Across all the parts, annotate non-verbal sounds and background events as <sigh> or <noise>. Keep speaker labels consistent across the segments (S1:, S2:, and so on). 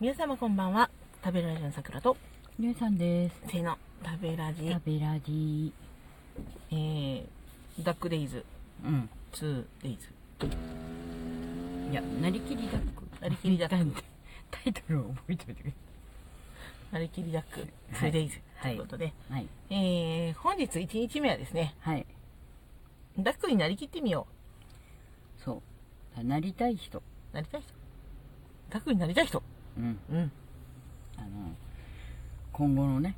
S1: 皆様こんばんは食べラジのさくらと
S2: りゅうさんです。
S1: せーの食べラジ
S2: 食べラジ
S1: えー、ダックデイズ
S2: うん。
S1: 2デイズ
S2: いや、なりきりダック。
S1: なりきりダック
S2: ク。タイトルを覚えておいてくれ。
S1: なりきりダック
S2: は
S1: 2
S2: い
S1: デイズと
S2: はい
S1: いうことで、
S2: はい。
S1: えー、本日1日目はですね
S2: はい。
S1: ダックになりきってみよ
S2: そう。なりたい人。
S1: うなりたい人ダックになりたい人
S2: うん。
S1: うん
S2: あの、今後のね、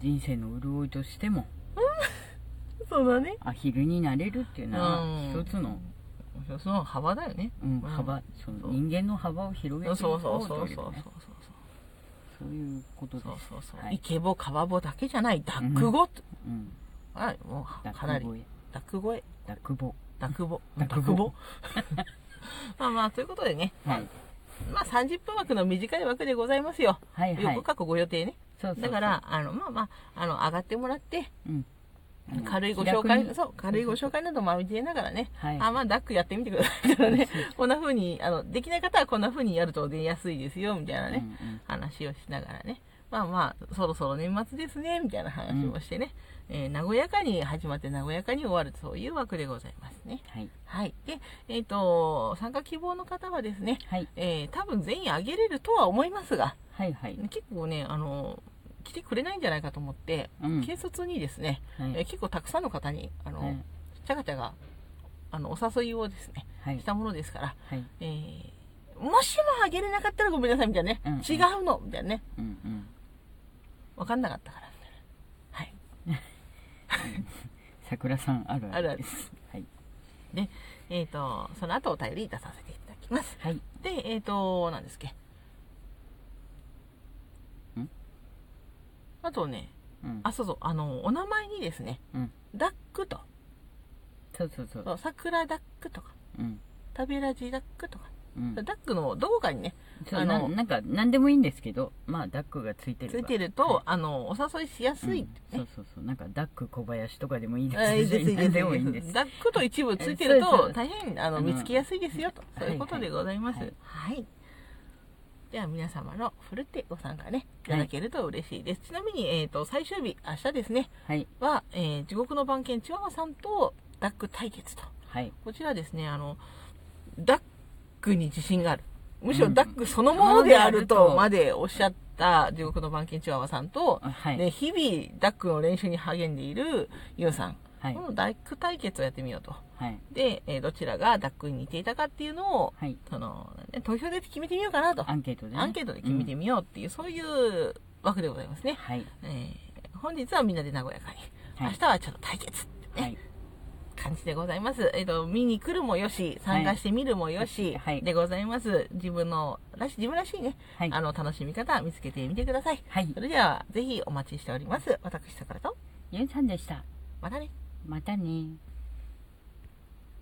S2: 人生の潤いとしても、
S1: そうだね
S2: アヒルになれるっていうのは、
S1: うん
S2: 一つの、
S1: その幅だよね
S2: うん、
S1: うん
S2: 幅、その
S1: そう
S2: 人間の幅を広
S1: そ
S2: げて
S1: う
S2: いこ
S1: そううそうそ
S2: と
S1: う
S2: い
S1: そうそうう
S2: ね。そういうことです
S1: そう。そうそう、
S2: は
S1: イ
S2: い。
S1: ケボカバボだけじゃないダック語って、
S2: うん。
S1: あもう
S2: ダ
S1: かな
S2: ッ
S1: り
S2: クボへ。
S1: ダック声
S2: ダックボ。
S1: ダク
S2: <laughs>
S1: ボ。
S2: ダクボ
S1: <laughs> まあまあ、ということでね、
S2: はい。
S1: まあ30分枠の短い枠でございますよ。
S2: はいはい
S1: よく。過去ご予定ね。
S2: そうそうそう
S1: だから、あの、まあまあ、あの、上がってもらって、
S2: うんあの
S1: 軽いご
S2: 気
S1: 紹
S2: 楽
S1: 介
S2: に、
S1: そう、軽いご紹介なども交えながらね、
S2: はい
S1: あ、まあ、ダックやってみてくださいからね、こんな風に、あの、できない方はこんな風にやると出やすいですよ、みたいなね、
S2: うんうん
S1: 話をしながらね、まあまあ、そろそろ年末ですね、みたいな話をしてね、えー和やかに始まって和やかに終わる、そういう枠でございますね。
S2: はい。
S1: はい。で、えっ、と、参加希望の方はですね、
S2: はい。
S1: えー多分全員あげれるとは思いますが、
S2: はいはい。
S1: 結構ね、あの、来てくれないんじゃないかと思って、
S2: うん
S1: 軽率にですね、
S2: はい
S1: えー結構たくさんの方に、あの、
S2: はい
S1: ちゃがちゃが、あの、お誘いをですね、
S2: はい
S1: し。たものですから、
S2: はい。
S1: えーもしもあげれなかったらごめんなさいみたいなね、
S2: うん
S1: 違うのみたいなね、
S2: うんうん。
S1: わかんなかったからみたいな。はい。
S2: 桜さんあるあ
S1: あるあ
S2: る
S1: る
S2: です。はい。
S1: で、えっ、と、その後お便り出させていただきます。
S2: はい。
S1: で、えっ、ー、と、なんですっけ。
S2: ん
S1: あとね、
S2: うん。
S1: あ、そうそう、あの、お名前にですね、
S2: うん。
S1: ダックと、
S2: そうそうそう。
S1: そう桜ダックとか、
S2: うん。
S1: 食べラジダックとか、
S2: うん。
S1: ダックのどこかにね、
S2: そう
S1: あ
S2: な
S1: の
S2: なんか、なんでもいいんですけど、まあ、ダックがついてる。
S1: ついて
S2: る。
S1: ると、あの、お誘いしやすいって
S2: うん
S1: ね。
S2: そうそうそう。なんか、ダック小林とかでもいいで
S1: あいいですすいいで
S2: し、
S1: す
S2: <laughs> 何でもいいんです。
S1: ダックと一部ついてる
S2: そうそ
S1: と
S2: う
S1: 大変あの
S2: うん
S1: 見つけやすいですよと、そういうことでございます
S2: は
S1: はいい、では皆様のふるってご参加ねいただけると嬉しいです、ちなみに、えー、と最終日明日ですね
S2: はい。
S1: は、えー地獄の番犬チワワさんとダック対決と
S2: はい。
S1: こちらですねあのダックに自信があるむしろ
S2: うん
S1: ダックそのものであると
S2: うん
S1: までおっしゃった地獄の番犬チワワさんと、
S2: あはい。
S1: ね、日々ダックの練習に励んでいるユウさん
S2: はい
S1: こ。のダック対決をやってみようと。
S2: はい。
S1: で、えーどちらがダックに似ていたかっていうのを、
S2: はい。
S1: その、ね投票で決めてみようかなと。
S2: アンケートでね。
S1: アンケートで決めて
S2: うん
S1: みようっていう、そういう枠でございますね。
S2: はい。
S1: えー本日はみんなで和やかに。
S2: はい
S1: 明日はちょっと対決ってね、
S2: はい。
S1: 感じでございます。えっ、と、見に来るもよし、参加してみるもよし、
S2: はい
S1: でございます。自分のらし、自分らしいね、
S2: はい
S1: あの、楽しみ方見つけてみてください。
S2: はい
S1: そ。れでは、ぜひお待ちしております。私、さくらと、
S2: ゆうさんでした。
S1: またね。
S2: またね。